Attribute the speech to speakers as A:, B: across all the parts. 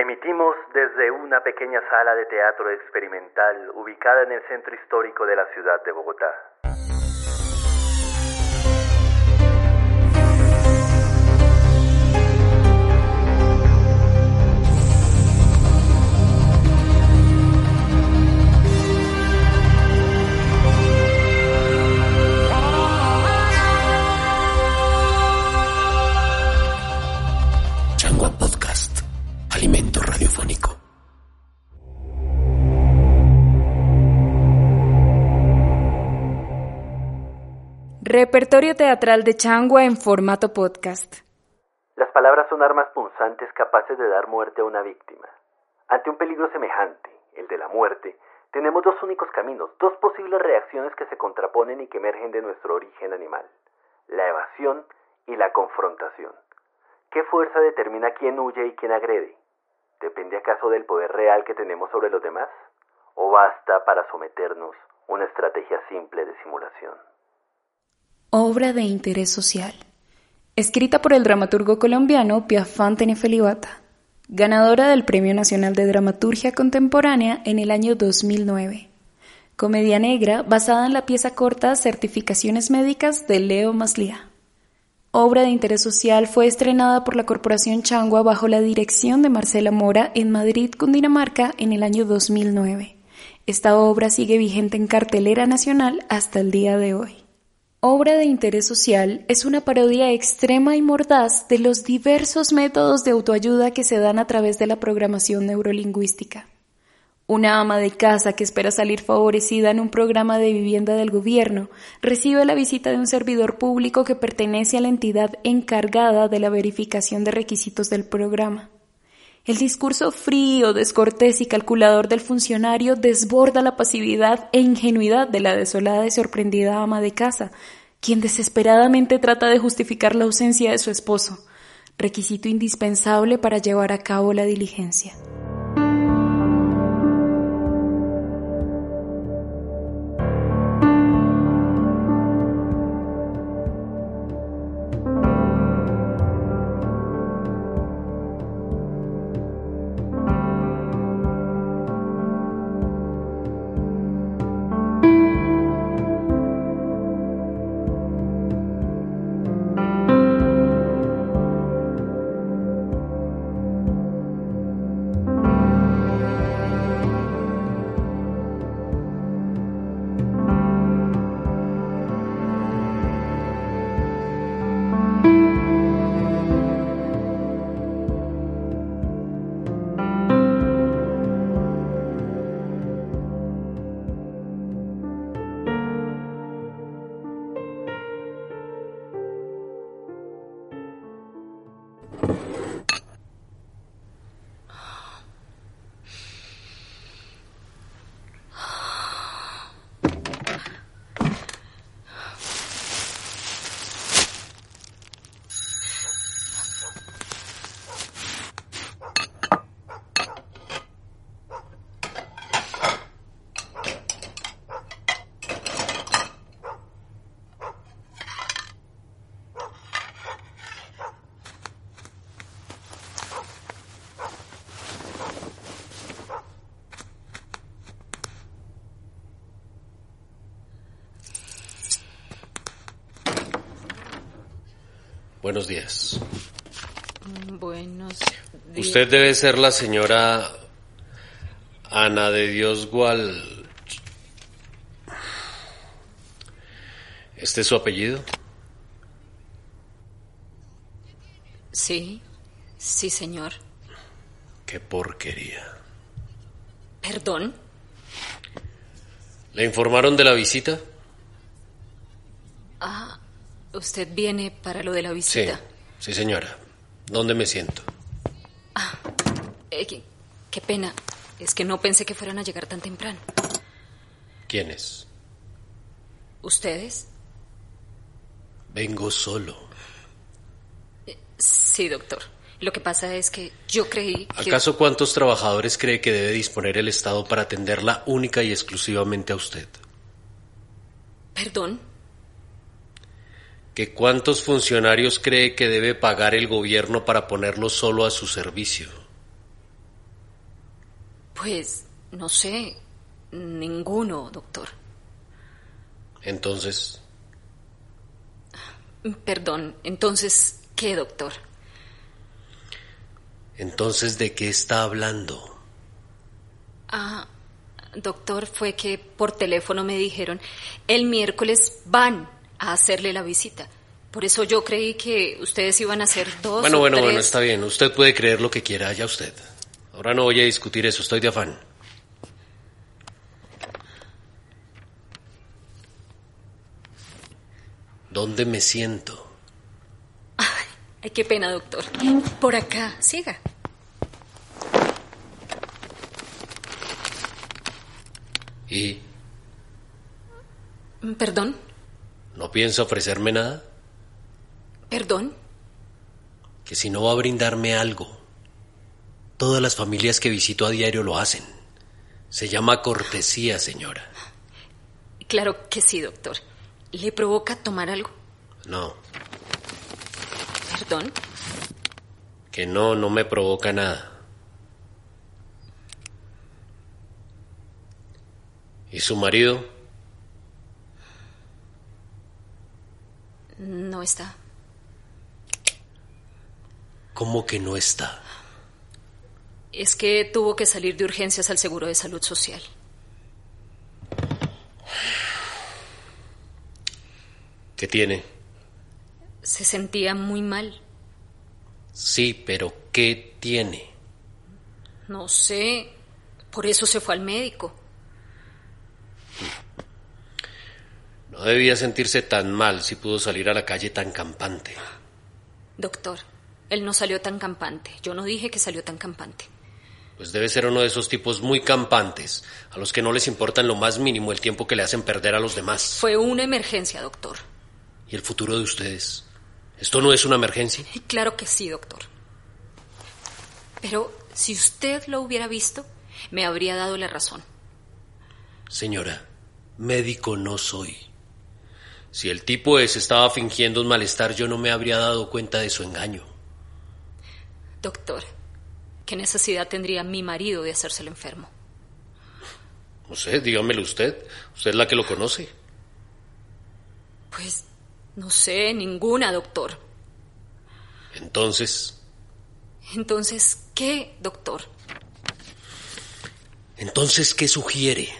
A: Emitimos desde una pequeña sala de teatro experimental ubicada en el centro histórico de la ciudad de Bogotá.
B: Changua Podcast. Alimento radiofónico.
C: Repertorio teatral de Changua en formato podcast.
A: Las palabras son armas punzantes capaces de dar muerte a una víctima. Ante un peligro semejante, el de la muerte, tenemos dos únicos caminos, dos posibles reacciones que se contraponen y que emergen de nuestro origen animal, la evasión y la confrontación. ¿Qué fuerza determina quién huye y quién agrede? ¿Depende acaso del poder real que tenemos sobre los demás? ¿O basta para someternos una estrategia simple de simulación?
C: Obra de interés social. Escrita por el dramaturgo colombiano Piafante Nefelibata, ganadora del Premio Nacional de Dramaturgia Contemporánea en el año 2009. Comedia negra basada en la pieza corta Certificaciones Médicas de Leo Maslía obra de interés social, fue estrenada por la Corporación Changua bajo la dirección de Marcela Mora en Madrid, Cundinamarca, en el año 2009. Esta obra sigue vigente en cartelera nacional hasta el día de hoy. Obra de interés social es una parodia extrema y mordaz de los diversos métodos de autoayuda que se dan a través de la programación neurolingüística. Una ama de casa que espera salir favorecida en un programa de vivienda del gobierno recibe la visita de un servidor público que pertenece a la entidad encargada de la verificación de requisitos del programa. El discurso frío, descortés y calculador del funcionario desborda la pasividad e ingenuidad de la desolada y sorprendida ama de casa, quien desesperadamente trata de justificar la ausencia de su esposo, requisito indispensable para llevar a cabo la diligencia.
D: Buenos días.
E: Buenos días.
D: Usted debe ser la señora Ana de Dios Gual. ¿Este es su apellido?
E: Sí, sí, señor.
D: Qué porquería.
E: ¿Perdón?
D: ¿Le informaron de la visita?
E: Ah, usted viene para lo de la visita.
D: Sí, sí señora. ¿Dónde me siento?
E: Ah, Eh, qué, qué pena. Es que no pensé que fueran a llegar tan temprano.
D: ¿Quiénes?
E: ¿Ustedes?
B: Vengo solo.
E: Sí, doctor. Lo que pasa es que yo creí que...
D: ¿Acaso cuántos trabajadores cree que debe disponer el Estado para atenderla única y exclusivamente a usted?
E: Perdón.
D: ¿Que cuántos funcionarios cree que debe pagar el gobierno para ponerlo solo a su servicio?
E: Pues, no sé. Ninguno, doctor.
D: Entonces,
E: Perdón. Entonces, ¿qué, doctor?
D: entonces ¿de qué está hablando?
E: Ah, doctor, fue que por teléfono me dijeron, el miércoles van a hacerle la visita. Por eso yo creí que ustedes iban a hacer dos
D: Bueno,
E: o
D: bueno, bueno,
E: tres.
D: está bien. Usted puede creer lo que quiera, allá usted. Ahora no voy a discutir eso, estoy de afán. ¿Dónde me siento?
E: Ay, qué pena, doctor. Por acá, siga.
D: ¿Y
E: Mm, Perdón,
D: no piensa ofrecerme nada?
E: perdón.
D: Que si no va a brindarme algo. Todas las familias que visito a diario lo hacen. Se llama cortesía, señora.
E: Claro que sí, doctor. ¿Le provoca tomar algo?
D: No,
E: Perdón.
D: que no, no me provoca nada. ¿Y su marido?
E: No está.
D: ¿Cómo que no está?
E: Es que tuvo que salir de urgencias al seguro de salud social.
D: ¿Qué tiene?
E: Se sentía muy mal.
D: Sí, pero ¿qué tiene?
E: No sé. Por eso se fue al médico.
D: No debía sentirse tan mal si pudo salir a la calle tan campante.
E: Doctor, él no salió tan campante. Yo no dije que salió tan campante.
D: Pues debe ser uno de esos tipos muy campantes, a los que no les importa en lo más mínimo el tiempo que le hacen perder a los demás.
E: Fue una emergencia, doctor.
D: ¿Y el futuro de ustedes? ¿Esto no es una emergencia?
E: Y Claro que sí, doctor. Pero si usted lo hubiera visto, me habría dado la razón.
D: Señora, médico no soy. Si el tipo ese estaba fingiendo un malestar, yo no me habría dado cuenta de su engaño.
E: Doctor, ¿qué necesidad tendría mi marido de hacerse el enfermo?
D: No sé, dígamelo usted. Usted es la que lo conoce.
E: Pues no sé, ninguna, doctor.
D: Entonces,
E: Entonces, ¿qué, doctor?
D: entonces, ¿qué sugiere?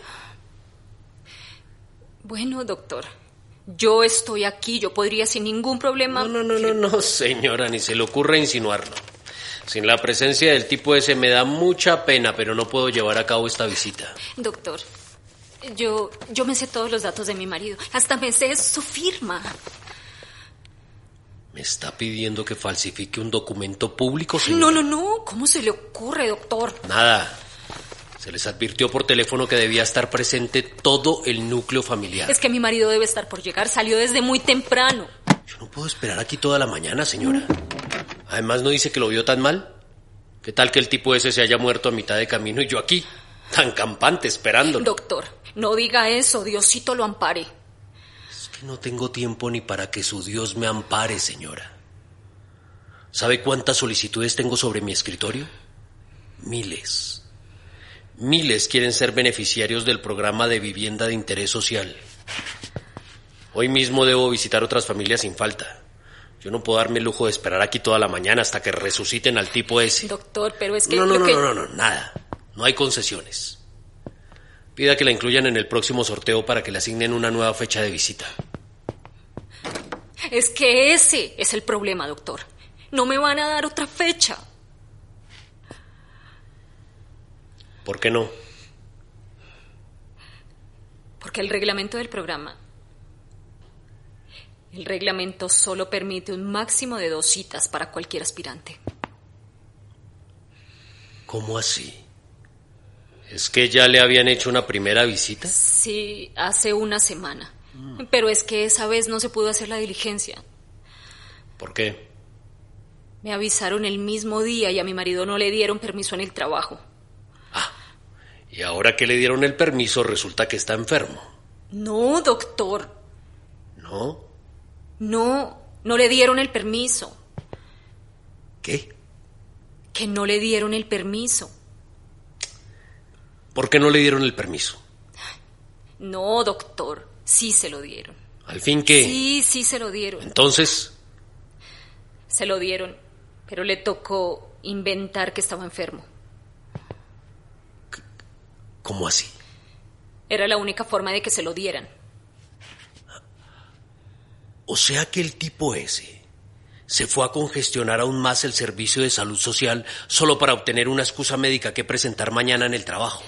E: Bueno, doctor, yo estoy aquí, yo podría sin ningún problema.
D: No, no, no, no, no, señora, ni se le ocurra insinuarlo. Sin la presencia del tipo ese me da mucha pena, pero no puedo llevar a cabo esta visita.
E: Doctor, yo, yo me sé todos los datos de mi marido, hasta me sé su firma.
D: ¿Me está pidiendo que falsifique un documento público, señora?
E: No, no, no, ¿cómo se le ocurre, doctor?
D: Nada. Se les advirtió por teléfono que debía estar presente todo el núcleo familiar.
E: Es que mi marido debe estar por llegar, salió desde muy temprano.
D: Yo no puedo esperar aquí toda la mañana, señora. Además, ¿no dice que lo vio tan mal? ¿Qué tal que el tipo ese se haya muerto a mitad de camino y yo aquí, tan campante, esperándolo?
E: Doctor, no diga eso, Diosito lo ampare.
D: Es que no tengo tiempo ni para que su Dios me ampare, señora. ¿Sabe cuántas solicitudes tengo sobre mi escritorio? Miles. Miles quieren ser beneficiarios del programa de vivienda de interés social. Hoy mismo debo visitar otras familias sin falta. Yo no puedo darme el lujo de esperar aquí toda la mañana hasta que resuciten al tipo ese.
E: Doctor, pero es que
D: No, no,
E: lo
D: no,
E: que-
D: no, no, no, nada. No hay concesiones. Pida que la incluyan en el próximo sorteo para que le asignen una nueva fecha de visita.
E: Es que ese es el problema, doctor. No me van a dar otra fecha.
D: ¿Por qué no?
E: Porque el reglamento del programa. El reglamento solo permite un máximo de dos citas para cualquier aspirante.
D: ¿Cómo así? ¿Es que ya le habían hecho una primera visita?
E: Sí, hace una semana. Pero es que esa vez no se pudo hacer la diligencia.
D: ¿Por qué?
E: Me avisaron el mismo día y a mi marido no le dieron permiso en el trabajo.
D: Y ahora que le dieron el permiso resulta que está enfermo.
E: No, doctor.
D: ¿No?
E: No, no le dieron el permiso.
D: ¿Qué?
E: Que no le dieron el permiso.
D: ¿Por qué no le dieron el permiso?
E: No, doctor. Sí se lo dieron.
D: Al fin que...
E: Sí, sí se lo dieron.
D: Entonces,
E: Se lo dieron. Pero le tocó inventar que estaba enfermo.
D: ¿cómo así?
E: Era la única forma de que se lo dieran.
D: O sea que el tipo ese se fue a congestionar aún más el servicio de salud social solo para obtener una excusa médica que presentar mañana en el trabajo.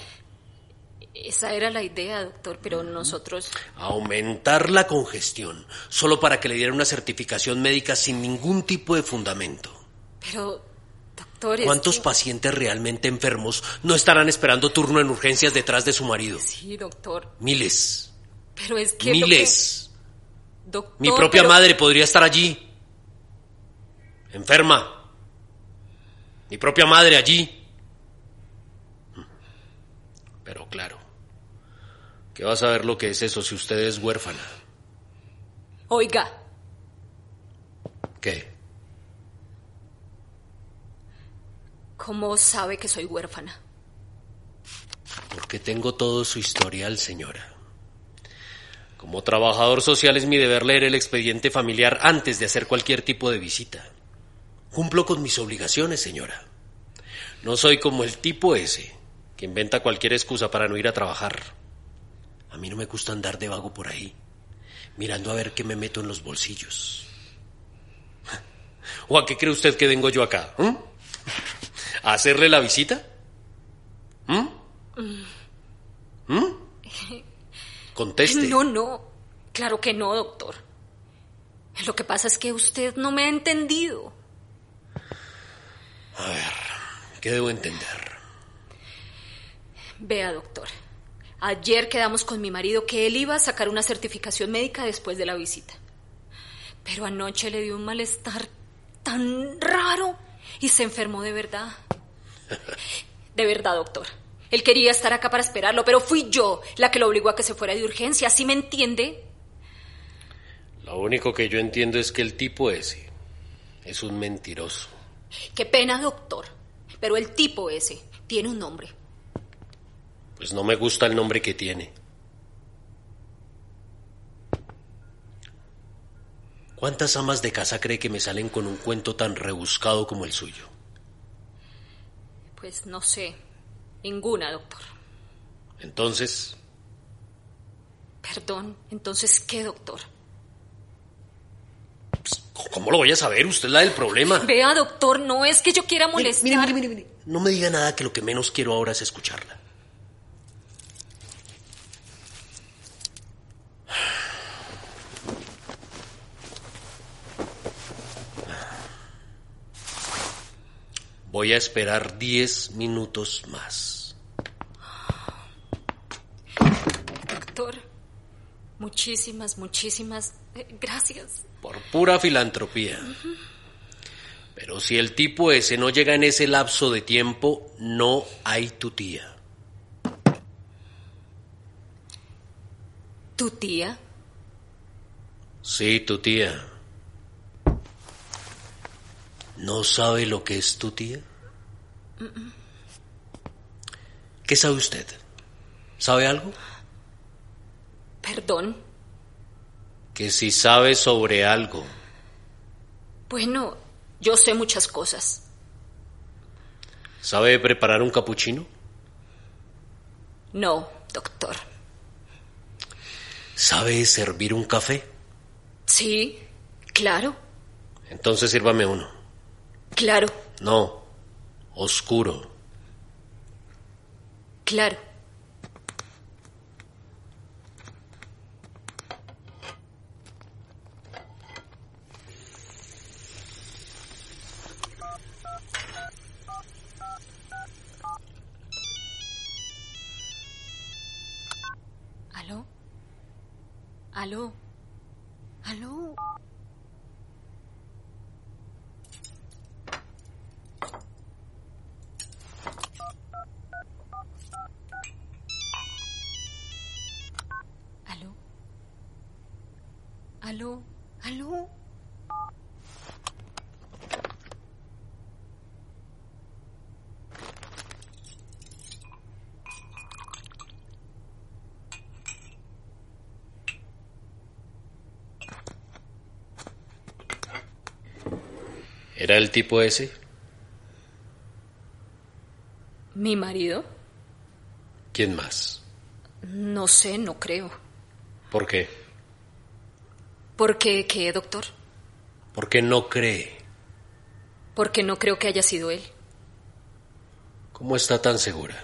E: Esa era la idea, doctor, pero nosotros...
D: Aumentar la congestión solo para que le dieran una certificación médica sin ningún tipo de fundamento.
E: Pero, doctor... es
D: ¿Cuántos
E: que-
D: pacientes realmente enfermos no estarán esperando turno en urgencias detrás de su marido?
E: Sí, doctor.
D: Miles,
E: Pero es que...
D: miles.
E: doc- Doctor,
D: Mi propia
E: pero-
D: madre podría estar allí. Enferma. Mi propia madre allí. Pero claro, ¿qué va a saber lo que es eso si usted es huérfana?
E: Oiga,
D: ¿Qué?
E: ¿cómo sabe que soy huérfana?
D: Porque tengo todo su historial, señora. Como trabajador social es mi deber leer el expediente familiar antes de hacer cualquier tipo de visita. Cumplo con mis obligaciones, señora. No soy como el tipo ese que inventa cualquier excusa para no ir a trabajar. A mí no me gusta andar de vago por ahí, mirando a ver qué me meto en los bolsillos. ¿O a qué cree usted que vengo yo acá? ¿eh? ¿A hacerle la visita? ¿Mm? ¿Mm? Conteste.
E: No, no. Claro que no, doctor. Lo que pasa es que usted no me ha entendido.
D: ¿Qué debo entender?
E: Vea, doctor. Ayer quedamos con mi marido que él iba a sacar una certificación médica después de la visita. Pero anoche le dio un malestar tan raro y se enfermó de verdad. De verdad, doctor. Él quería estar acá para esperarlo, pero fui yo la que lo obligó a que se fuera de urgencia. ¿Sí me entiende?
D: Lo único que yo entiendo es que el tipo ese es un mentiroso.
E: Qué pena, doctor. Pero el tipo ese tiene un nombre.
D: Pues no me gusta el nombre que tiene. ¿Cuántas amas de casa cree que me salen con un cuento tan rebuscado como el suyo?
E: Pues no sé. Ninguna, doctor.
D: Entonces,
E: Perdón. Entonces, ¿qué, doctor?
D: ¿cómo lo voy a saber? Usted es la del problema.
E: Vea, doctor, no es que yo quiera molestar.
D: Mire, mire, mire, mire. No me diga nada que lo que menos quiero ahora es escucharla. Voy a esperar 10 minutos más.
E: Doctor, muchísimas, muchísimas eh, gracias.
D: Por pura filantropía. Pero si el tipo ese no llega en ese lapso de tiempo, no hay tu tía.
E: ¿Tu tía?
D: Sí, tu tía. ¿No sabe lo que es tu tía? ¿Qué sabe usted? ¿Sabe algo?
E: Perdón.
D: Que si sabe sobre algo.
E: Bueno, yo sé muchas cosas.
D: ¿Sabe preparar un capuchino?
E: No, doctor.
D: ¿Sabe servir un café?
E: Sí, claro,
D: Entonces sírvame uno.
E: claro,
D: No, oscuro.
E: claro. Aló. Aló. Aló. Aló. Aló.
D: ¿Era el tipo ese?
E: ¿Mi marido?
D: ¿Quién más?
E: No sé, no creo.
D: ¿Por qué?
E: ¿Por qué qué, doctor?
D: ¿Por qué no cree?
E: Porque no creo que haya sido él.
D: ¿Cómo está tan segura?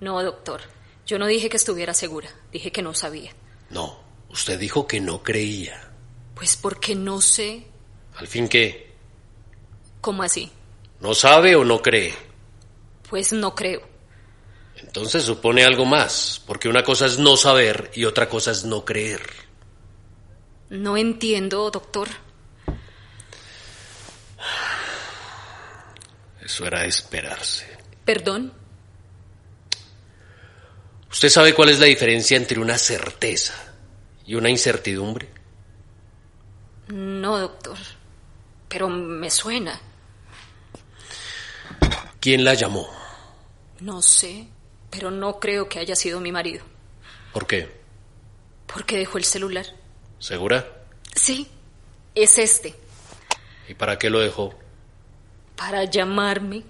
E: No, doctor. Yo no dije que estuviera segura. Dije que no sabía.
D: No, usted dijo que no creía.
E: Pues porque no sé.
D: ¿Al fin qué?
E: ¿Cómo así?
D: ¿No sabe o no cree?
E: Pues no creo.
D: Entonces supone algo más, porque una cosa es no saber y otra cosa es no creer.
E: No entiendo, doctor.
D: Eso era de esperarse.
E: Perdón.
D: ¿Usted sabe cuál es la diferencia entre una certeza y una incertidumbre?
E: No, doctor. Pero me suena.
D: ¿Quién la llamó?
E: No sé. Pero no creo que haya sido mi marido.
D: ¿Por qué?
E: ¿Por qué dejó el celular?
D: ¿Segura?
E: Sí, es este.
D: ¿Y para qué lo dejó?
E: Para llamarme.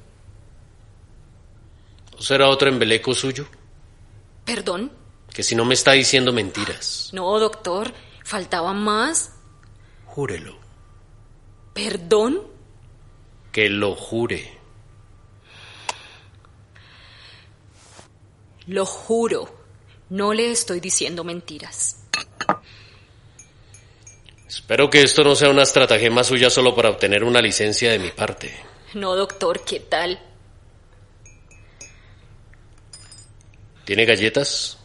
D: ¿No será otro embeleco suyo?
E: ¿Perdón?
D: Que si no me está diciendo mentiras.
E: No, doctor. ¿Faltaba más?
D: Júrelo.
E: ¿Perdón?
D: Que lo jure.
E: Lo juro. No le estoy diciendo mentiras.
D: Espero que esto no sea una estratagema suya solo para obtener una licencia de mi parte.
E: No, doctor, ¿qué tal?
D: ¿Tiene galletas?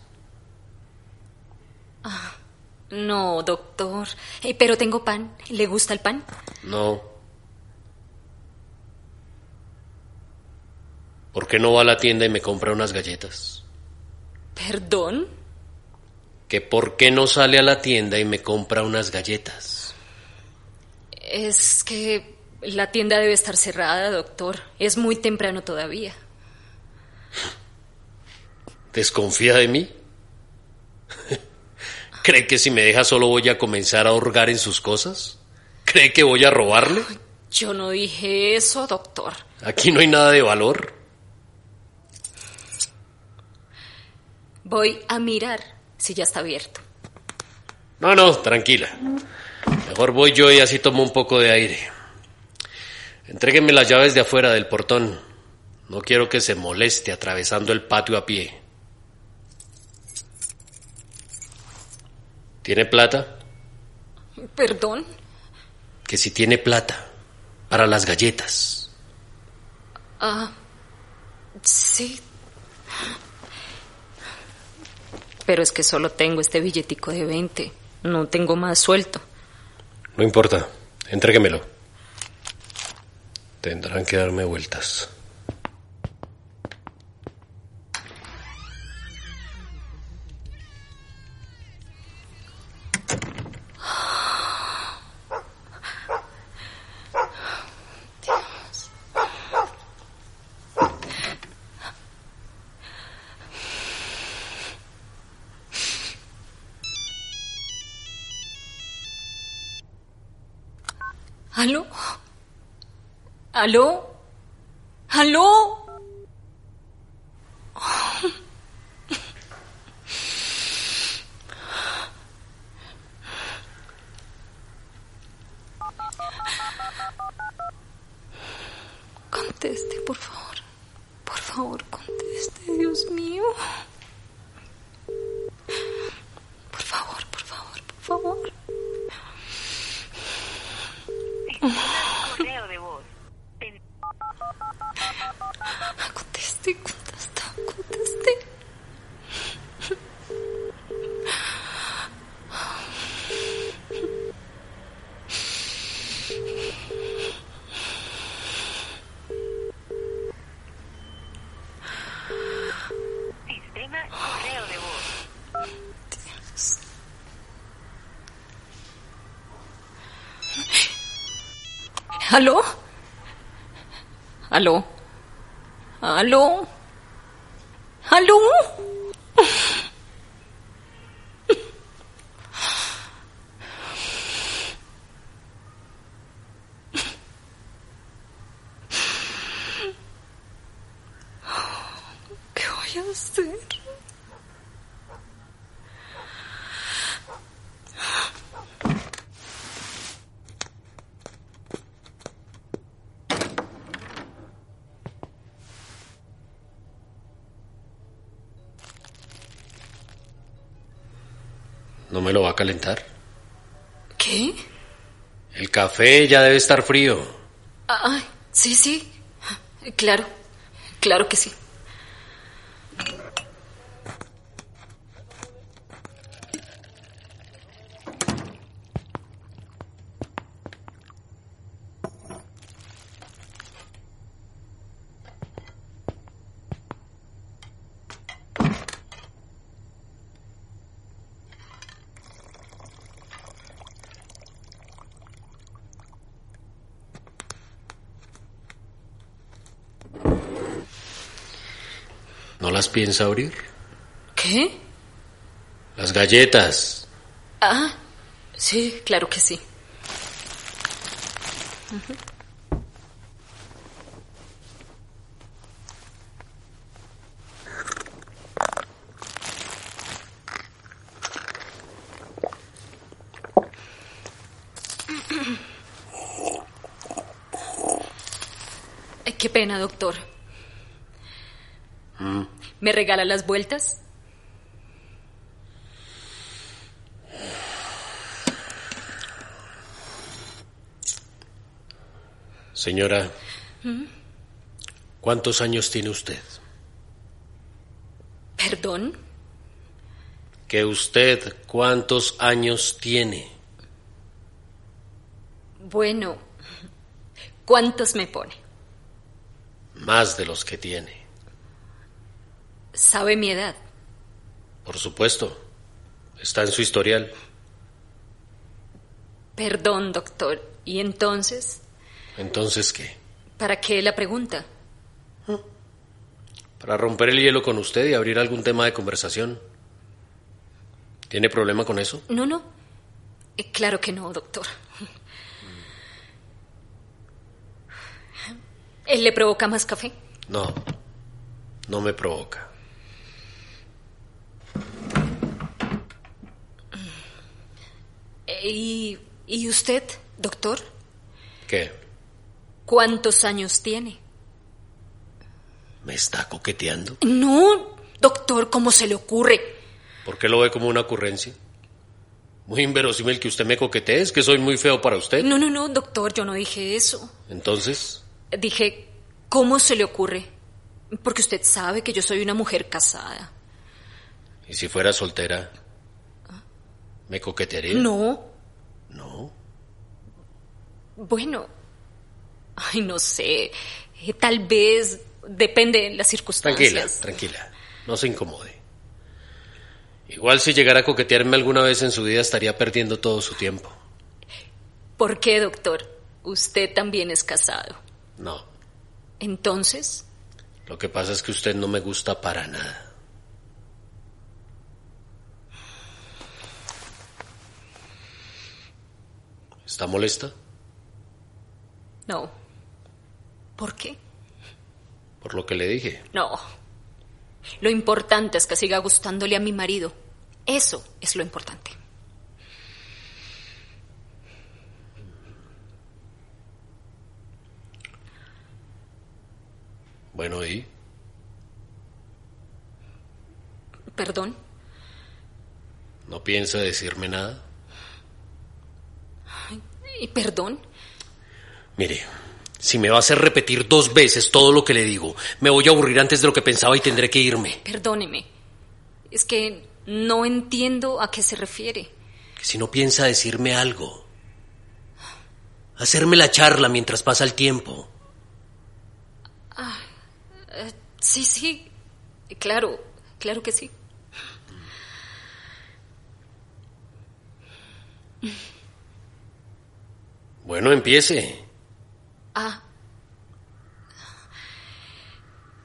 E: No, doctor. Eh, pero tengo pan. ¿Le gusta el pan?
D: No. ¿Por qué no va a la tienda y me compra unas galletas?
E: ¿Perdón?
D: ¿Que por qué no sale a la tienda y me compra unas galletas?
E: Es que la tienda debe estar cerrada, doctor. Es muy temprano todavía.
D: ¿Desconfía de mí? ¿Cree que si me deja solo voy a comenzar a hurgar en sus cosas? ¿Cree que voy a robarle?
E: Yo no dije eso, doctor.
D: Aquí no hay nada de valor.
E: Voy a mirar si ya está abierto.
D: No, no, tranquila. Mejor voy yo y así tomo un poco de aire. Entrégueme las llaves de afuera del portón. No quiero que se moleste atravesando el patio a pie. ¿Tiene plata?
E: ¿Perdón?
D: Que si tiene plata. Para las galletas.
E: Ah. Sí. Pero es que solo tengo este billetico de 20. No tengo más suelto.
D: No importa. Entréguemelo. Tendrán que darme vueltas.
E: ¿Aló? ¿Aló? ¿Aló? Conteste, por favor. Por favor, conteste, Dios mío. Por favor, por favor, por favor.
F: correo de voz. Pen-
E: Conteste, contesta, conteste. ¿Aló? ¿Aló? ¿Aló? ¿Aló? ¿Qué voy a hacer?
D: ¿No me lo va a calentar?
E: ¿Qué?
D: El café ya debe estar frío.
E: Ay, Ah, sí, sí. Claro, claro que sí.
D: ¿No las piensa abrir?
E: ¿Qué?
D: Las galletas.
E: Ah, sí, claro que sí. Ay, Qué pena, doctor. ¿Me regala las vueltas?
D: Señora, ¿cuántos años tiene usted?
E: ¿Perdón?
D: Que usted, ¿cuántos años tiene?
E: Bueno, ¿cuántos me pone?
D: Más de los que tiene.
E: Sabe mi edad.
D: Por supuesto. Está en su historial.
E: Perdón, doctor. ¿Y entonces?
D: Entonces, ¿qué?
E: ¿Para qué la pregunta?
D: Para romper el hielo con usted y abrir algún tema de conversación. ¿Tiene problema con eso?
E: No, no. Eh, Claro que no, doctor. ¿Él le provoca más café?
D: No. No me provoca.
E: Eh, ¿Y, y usted, doctor?
D: ¿Qué?
E: ¿Cuántos años tiene?
D: ¿Me está coqueteando?
E: No, doctor, ¿cómo se le ocurre?
D: ¿Por qué lo ve como una ocurrencia? Muy inverosímil que usted me coquetee, es que soy muy feo para usted.
E: No, no, no, doctor, yo no dije eso.
D: Entonces,
E: Dije, ¿cómo se le ocurre? Porque usted sabe que yo soy una mujer casada.
D: ¿y si fuera soltera? ¿Me coquetearía?
E: No,
D: No.
E: bueno. Ay, no sé. Eh, Tal vez depende de las
D: Tranquila,
E: circunstancias.
D: tranquila. No se incomode. Igual si llegara a coquetearme alguna vez en su vida estaría perdiendo todo su tiempo.
E: ¿Por qué, doctor? Usted también es casado.
D: No.
E: Entonces,
D: Lo que pasa es que usted no me gusta para nada. ¿Está molesta?
E: no. ¿Por qué?
D: Por lo que le dije.
E: No. Lo importante es que siga gustándole a mi marido. Eso es lo importante.
D: Bueno, ¿y?
E: Perdón.
D: ¿No piensa decirme nada?
E: ¿Y perdón?
D: Mire, si me va a hacer repetir dos veces todo lo que le digo, me voy a aburrir antes de lo que pensaba y tendré que irme.
E: Perdóneme. Es que no entiendo a qué se refiere.
D: Que si no piensa decirme algo. Hacerme la charla mientras pasa el tiempo.
E: Sí, sí. Claro, claro que sí.
D: Bueno, empiece.
E: Ah.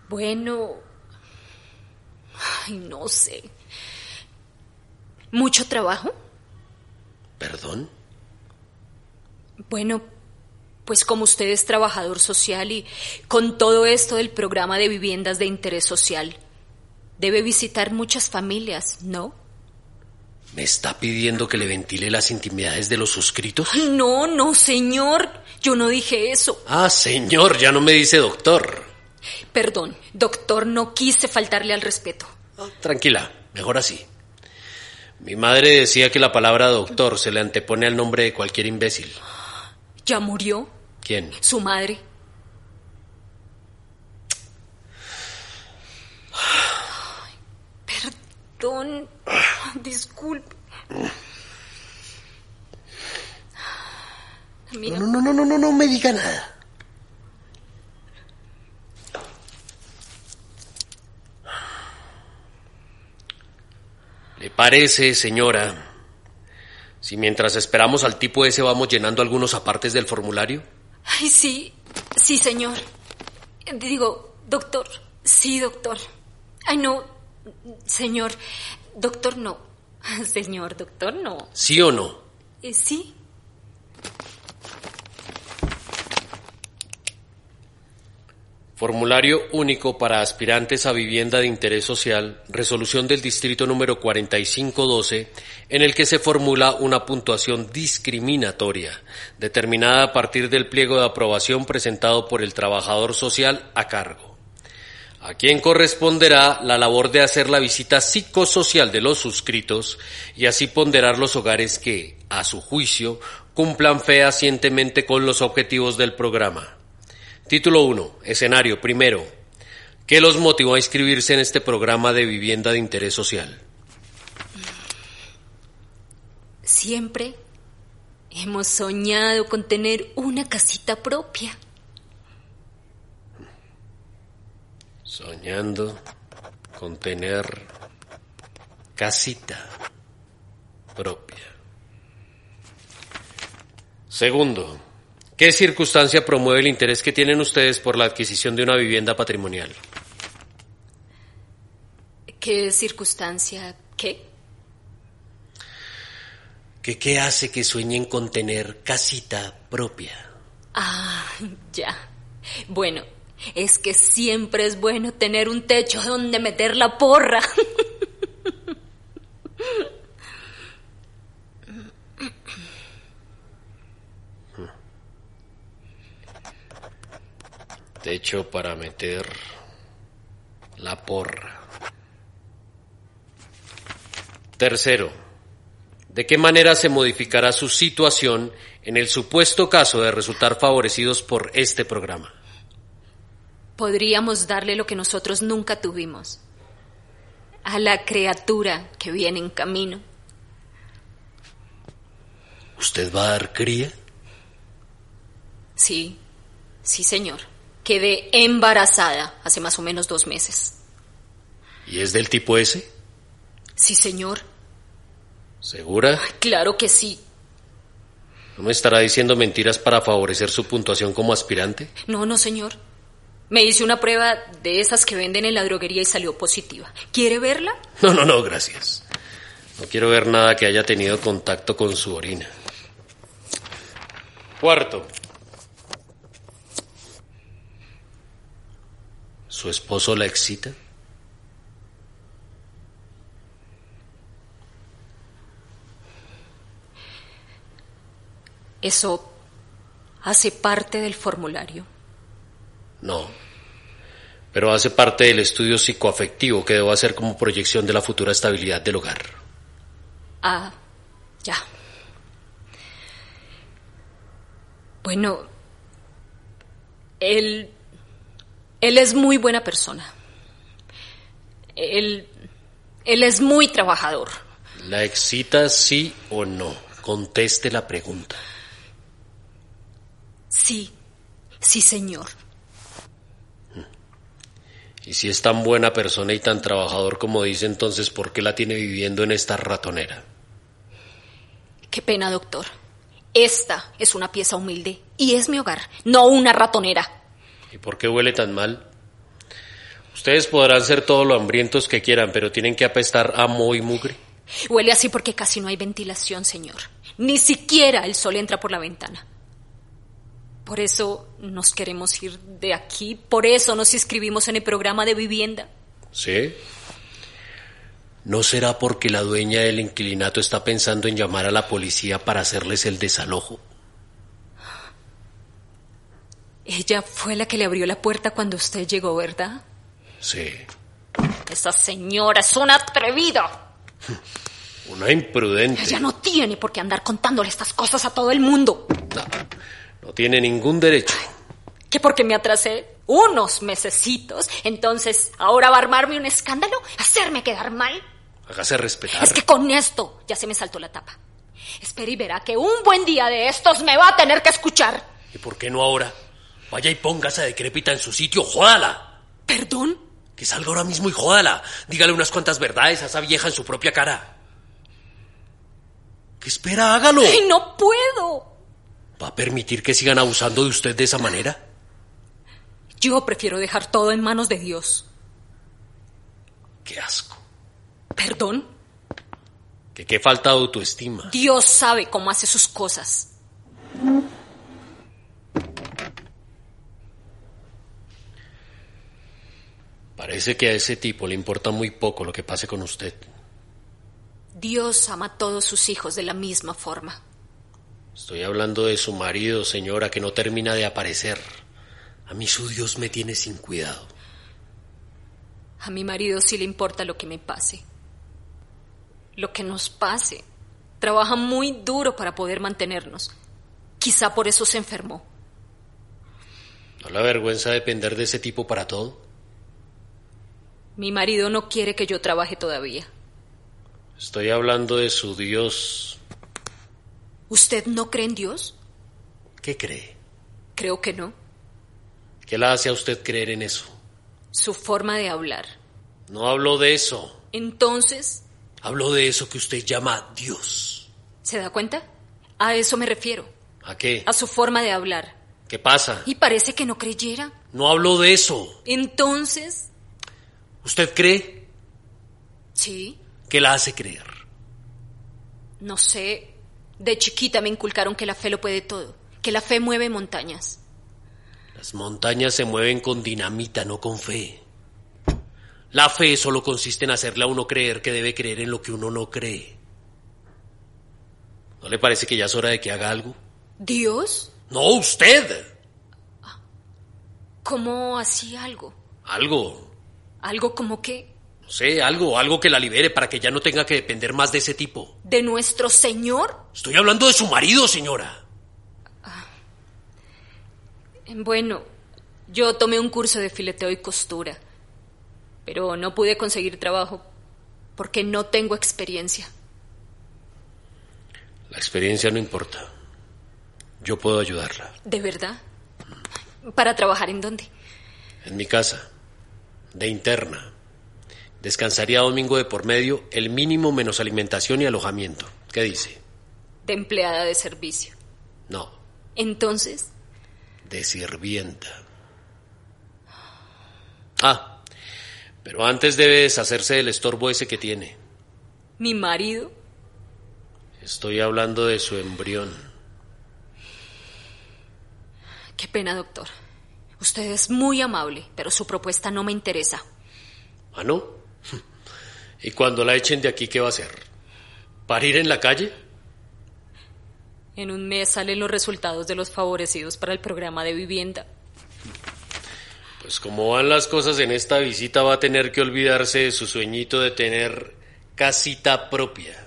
E: Bueno, ay, no sé. ¿Mucho trabajo?
D: ¿Perdón?
E: Bueno, pues como usted es trabajador social y con todo esto del programa de viviendas de interés social, debe visitar muchas familias, ¿no?
D: ¿Me está pidiendo que le ventile las intimidades de los suscritos?
E: No, no, señor. Yo no dije eso.
D: Ah, señor, ya no me dice doctor.
E: Perdón, doctor, no quise faltarle al respeto.
D: Ah, tranquila, mejor así. Mi madre decía que la palabra doctor se le antepone al nombre de cualquier imbécil.
E: ¿Ya murió?
D: ¿Quién?
E: Su madre. Ay, Perdón, disculpe. Amiga,
D: No, no, no, no, no, no me diga nada. ¿Le parece, señora, si mientras esperamos al tipo ese vamos llenando algunos apartes del formulario?
E: Ay, sí, sí, señor. Digo, doctor, sí, doctor. Ay, no, señor, doctor, no. Señor, doctor, no.
D: ¿Sí o no?
E: Eh, sí,
D: Formulario único para aspirantes a vivienda de interés social, resolución del distrito número 4512, en el que se formula una puntuación discriminatoria, determinada a partir del pliego de aprobación presentado por el trabajador social a cargo, a quien corresponderá la labor de hacer la visita psicosocial de los suscritos y así ponderar los hogares que, a su juicio, cumplan fehacientemente con los objetivos del programa. Título 1. Escenario. Primero. ¿Qué los motivó a inscribirse en este programa de vivienda de interés social?
E: siempre hemos soñado con tener una casita propia.
D: Soñando con tener casita propia. Segundo. ¿Qué circunstancia promueve el interés que tienen ustedes por la adquisición de una vivienda patrimonial?
E: ¿Qué circunstancia? ¿Qué?
D: ¿Qué, qué hace que sueñen con tener casita propia?
E: Ah, ya. Bueno, es que siempre es bueno tener un techo donde meter la porra.
D: Techo para meter la porra. Tercero, ¿de qué manera se modificará su situación en el supuesto caso de resultar favorecidos por este programa?
E: Podríamos darle lo que nosotros nunca tuvimos. A la criatura que viene en camino.
D: ¿Usted va a dar cría?
E: Sí, sí, señor. Quedé embarazada hace más o menos dos meses.
D: ¿Y es del tipo ese?
E: Sí, señor.
D: ¿Segura?
E: Claro que sí.
D: ¿No me estará diciendo mentiras para favorecer su puntuación como aspirante?
E: No, no, señor. Me hice una prueba de esas que venden en la droguería y salió positiva. ¿Quiere verla?
D: No, no, no, gracias. No quiero ver nada que haya tenido contacto con su orina. Cuarto. ¿Su esposo la excita?
E: Eso hace parte del formulario.
D: No. Pero hace parte del estudio psicoafectivo que debo hacer como proyección de la futura estabilidad del hogar.
E: Ah, ya. Bueno, él, él es muy buena persona. Él, él es muy trabajador.
D: ¿La excita sí o no? Conteste la pregunta.
E: Sí, sí, señor.
D: Y si es tan buena persona y tan trabajador como dice, entonces ¿por qué la tiene viviendo en esta ratonera?
E: Qué pena, doctor. Esta es una pieza humilde y es mi hogar, no una ratonera.
D: ¿Y por qué huele tan mal? Ustedes podrán ser todo lo hambrientos que quieran, pero tienen que apestar a moho y mugre.
E: Huele así porque casi no hay ventilación, señor. Ni siquiera el sol entra por la ventana. Por eso nos queremos ir de aquí, por eso nos inscribimos en el programa de vivienda.
D: ¿Sí? ¿No será porque la dueña del inquilinato está pensando en llamar a la policía para hacerles el desalojo?
E: Ella fue la que le abrió la puerta cuando usted llegó, ¿verdad?
D: Sí.
E: Esa señora es una atrevida.
D: Una imprudente.
E: Ella no tiene por qué andar contándole estas cosas a todo el mundo.
D: No, no tiene ningún derecho.
E: Que porque me atrasé unos mesecitos, entonces ahora va a armarme un escándalo, hacerme quedar mal.
D: Hágase respetar.
E: Es que con esto ya se me saltó la tapa. Espera y verá que un buen día de estos me va a tener que escuchar.
D: ¿Y por qué no ahora? Vaya y ponga esa decrépita en su sitio, jódala.
E: ¿Perdón?
D: Que salga ahora mismo y jódala. Dígale unas cuantas verdades a esa vieja en su propia cara. ¿Qué espera? Hágalo.
E: ¡Ay, no puedo!
D: ¿Va a permitir que sigan abusando de usted de esa manera?
E: Yo prefiero dejar todo en manos de Dios.
D: Qué asco.
E: ¿Perdón?
D: Que qué falta de autoestima.
E: Dios sabe cómo hace sus cosas.
D: Parece que a ese tipo le importa muy poco lo que pase con usted.
E: Dios ama a todos sus hijos de la misma forma.
D: Estoy hablando de su marido, señora, que no termina de aparecer. A mí su Dios me tiene sin cuidado.
E: A mi marido sí le importa lo que me pase. Lo que nos pase. Trabaja muy duro para poder mantenernos. Quizá por eso se enfermó.
D: ¿No la vergüenza depender de ese tipo para todo?
E: Mi marido no quiere que yo trabaje todavía.
D: Estoy hablando de su Dios.
E: ¿Usted no cree en Dios?
D: ¿Qué cree?
E: Creo que no.
D: ¿Qué la hace a usted creer en eso?
E: Su forma de hablar.
D: No hablo de eso.
E: Entonces,
D: Hablo de eso que usted llama Dios.
E: ¿se da cuenta? A eso me refiero.
D: ¿A qué?
E: A su forma de hablar.
D: ¿Qué pasa?
E: Y parece que no creyera.
D: No hablo de eso.
E: Entonces,
D: ¿Usted cree?
E: sí,
D: ¿Qué la hace creer?
E: no sé. De chiquita me inculcaron que la fe lo puede todo, que la fe mueve montañas.
D: Las montañas se mueven con dinamita, no con fe. La fe solo consiste en hacerle a uno creer que debe creer en lo que uno no cree. ¿No le parece que ya es hora de que haga algo?
E: ¿Dios?
D: No, usted.
E: ¿Cómo hacía algo?
D: Algo.
E: ¿Algo como qué?
D: No sé, algo, algo que la libere para que ya no tenga que depender más de ese tipo.
E: ¿De nuestro Señor?
D: Estoy hablando de su marido, señora.
E: Eh, Bueno, yo tomé un curso de fileteo y costura, pero no pude conseguir trabajo porque no tengo experiencia.
D: La experiencia no importa. Yo puedo ayudarla.
E: ¿De verdad? ¿Para trabajar en dónde?
D: En mi casa. De interna. Descansaría domingo de por medio, el mínimo menos alimentación y alojamiento. ¿Qué dice?
E: De empleada de servicio.
D: No,
E: Entonces,
D: de sirvienta. Ah, pero antes debe deshacerse del estorbo ese que tiene.
E: mi marido,
D: Estoy hablando de su embrión.
E: qué pena, doctor. Usted es muy amable, pero su propuesta no me interesa.
D: ¿Ah, no? ¿Y cuando la echen de aquí, qué va a hacer? ¿Parir en la calle?
E: En un mes salen los resultados de los favorecidos para el programa de vivienda.
D: Pues como van las cosas en esta visita va a tener que olvidarse de su sueñito de tener casita propia.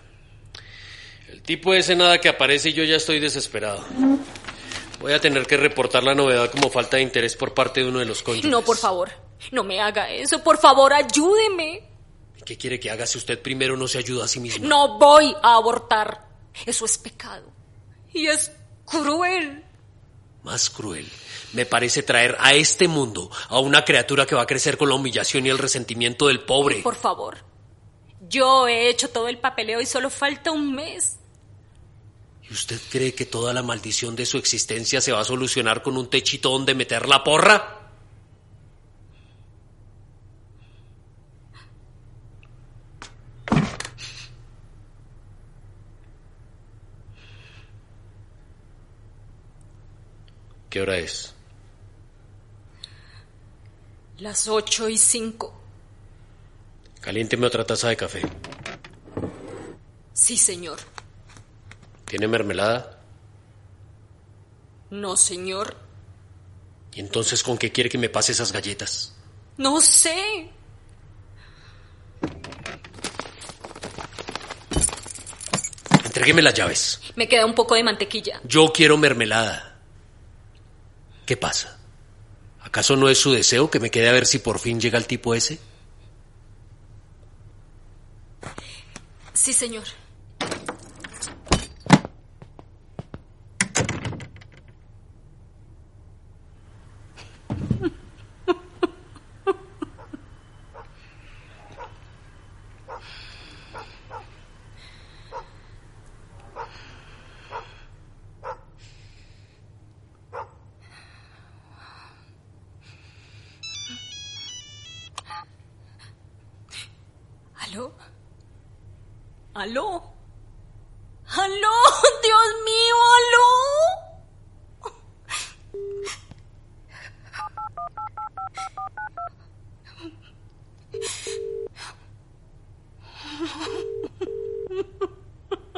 D: El tipo ese nada que aparece y yo ya estoy desesperado. Voy a tener que reportar la novedad como falta de interés por parte de uno de los cónyuges.
E: No, por favor, no me haga eso. Por favor, ayúdeme.
D: ¿Qué quiere que haga si usted primero no se ayuda a sí mismo?
E: No voy a abortar. Eso es pecado. Y es cruel.
D: Más cruel me parece traer a este mundo a una criatura que va a crecer con la humillación y el resentimiento del pobre.
E: Por favor. Yo he hecho todo el papeleo y solo falta un mes.
D: ¿Y usted cree que toda la maldición de su existencia se va a solucionar con un techito donde meter la porra? ¿Qué hora es?
E: Las ocho y cinco.
D: Caliénteme otra taza de café.
E: Sí, señor.
D: ¿Tiene mermelada?
E: No, señor.
D: ¿Y entonces con qué quiere que me pase esas galletas?
E: No sé.
D: Entrégueme las llaves.
E: Me queda un poco de mantequilla.
D: Yo quiero mermelada. ¿Qué pasa? ¿Acaso no es su deseo que me quede a ver si por fin llega el tipo ese?
E: Sí, señor. ¿Aló? ¿Aló? ¿Aló? Dios mío, ¿aló?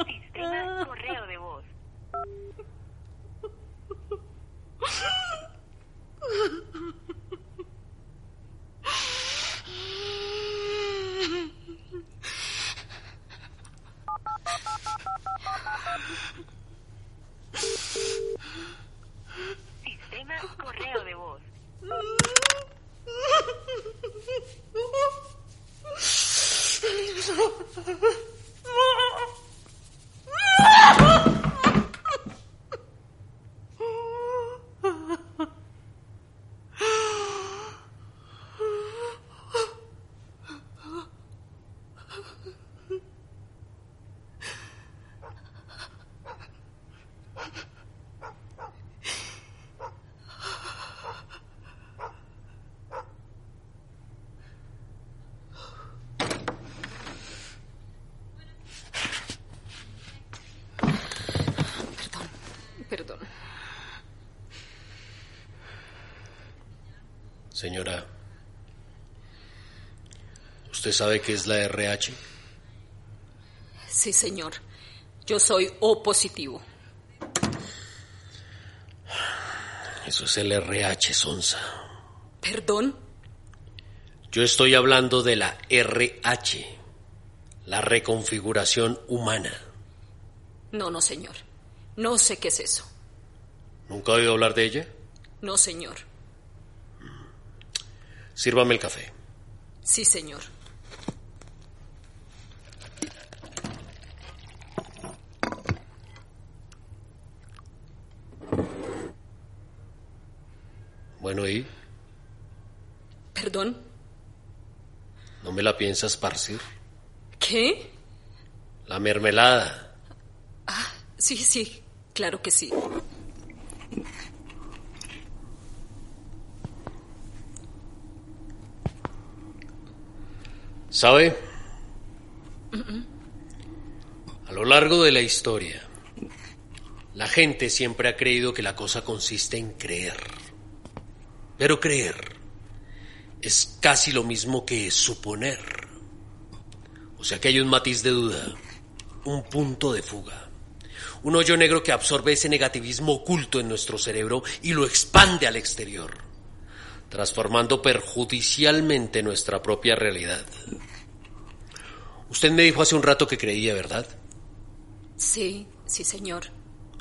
F: Sistema correo de voz. Sistema correo de voz.
E: Perdón, perdón.
D: Señora, ¿usted sabe qué es la RH?
E: Sí, señor. Yo soy O positivo.
D: Eso es el RH, Sonsa.
E: ¿Perdón?
D: Yo estoy hablando de la RH, la reconfiguración humana.
E: No, no, señor. No sé qué es eso.
D: ¿Nunca ha oído hablar de ella?
E: No, señor.
D: Sírvame el café.
E: Sí, señor.
D: Bueno, ¿y?
E: ¿Perdón?
D: ¿No me la piensas parcir?
E: ¿Qué?
D: La mermelada.
E: Sí, sí, claro que sí.
D: ¿Sabe? A lo largo de la historia, la gente siempre ha creído que la cosa consiste en creer. Pero creer es casi lo mismo que suponer. O sea que hay un matiz de duda, un punto de fuga, un hoyo negro que absorbe ese negativismo oculto en nuestro cerebro y lo expande al exterior, transformando perjudicialmente nuestra propia realidad. Usted me dijo hace un rato que creía, ¿verdad?
E: Sí, sí, señor.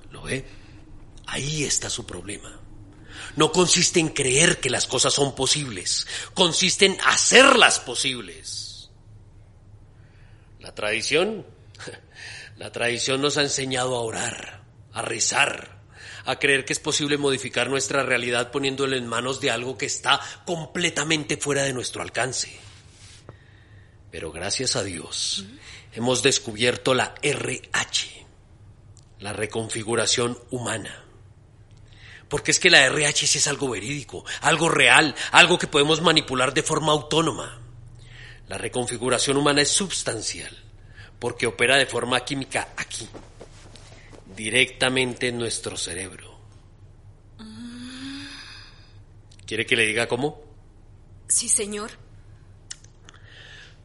D: ¿Lo ve? Ahí está su problema. No consiste en creer que las cosas son posibles, consiste en hacerlas posibles. La tradición, la tradición nos ha enseñado a orar, a rezar, a creer que es posible modificar nuestra realidad poniéndola en manos de algo que está completamente fuera de nuestro alcance. Pero gracias a Dios hemos descubierto la RH, la reconfiguración humana. Porque es que la RH sí es algo verídico, algo real, algo que podemos manipular de forma autónoma. La reconfiguración humana es substancial, porque opera de forma química aquí, directamente en nuestro cerebro. ¿Quiere que le diga cómo?
E: Sí, señor.